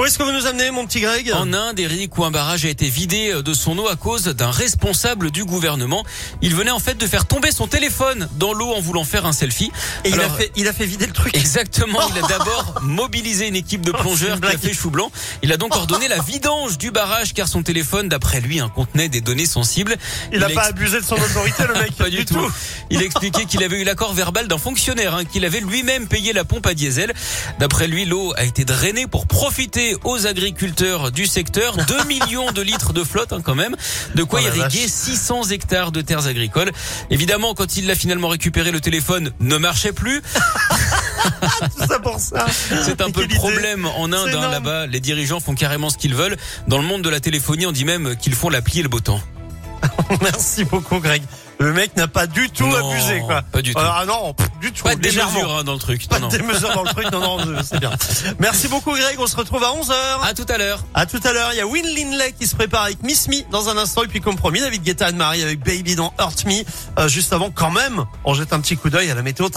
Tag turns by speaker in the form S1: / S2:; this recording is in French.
S1: Où est-ce que vous nous amenez, mon petit Greg
S2: En Inde, Eric, où un barrage a été vidé euh, de son eau à cause d'un responsable du gouvernement. Il venait en fait de faire tomber son téléphone dans l'eau en voulant faire un selfie.
S1: Et il, a
S2: Alors, euh,
S1: fait, il a fait vider le truc.
S2: Exactement, il a d'abord mobilisé une équipe
S1: Oh,
S2: de plongeurs qui a fait chou blanc. Il a donc ordonné la vidange du barrage car son téléphone, d'après lui, hein, contenait des données sensibles.
S1: Il n'a
S2: ex-
S1: pas abusé de son autorité, le mec.
S2: Pas du tout. Il a expliqué qu'il avait eu l'accord verbal d'un fonctionnaire, hein, qu'il avait lui-même payé la pompe à diesel. D'après lui, l'eau a été drainée pour profiter aux agriculteurs du secteur. 2 millions de litres de flotte hein, quand même. De quoi
S1: Oh la
S2: irriguer 600 hectares de terres agricoles. Évidemment, quand il l'a finalement récupéré, le téléphone ne marchait plus.
S1: Tout ça pour ça.
S2: C'est un
S1: Mais
S2: peu
S1: quelle
S2: le
S1: idée.
S2: problème en Inde.
S1: C'est
S2: hein,
S1: énorme.
S2: Là-bas, les dirigeants font carrément ce qu'ils veulent. Dans le monde de la téléphonie, on dit même qu'ils font la pluie et le beau temps.
S1: Merci beaucoup, Greg. Le mec n'a pas du tout
S2: Non,
S1: abusé, quoi.
S2: pas du tout.
S1: Ah non, pff, du tout.
S2: Pas de
S1: légèrement.
S2: démesure hein, dans le truc.
S1: Pas
S2: Non,
S1: de
S2: non.
S1: démesure dans le truc. Non, non, c'est bien. Merci beaucoup, Greg. On se retrouve à 11h.
S2: À tout à l'heure.
S1: À tout à l'heure, il y a Win Linley qui se prépare avec Miss Me dans un instant et puis comme promis David Guetta Anne-Marie avec Baby dans Hurt Me. Euh, juste avant quand même, on jette un petit coup d'œil à la météo.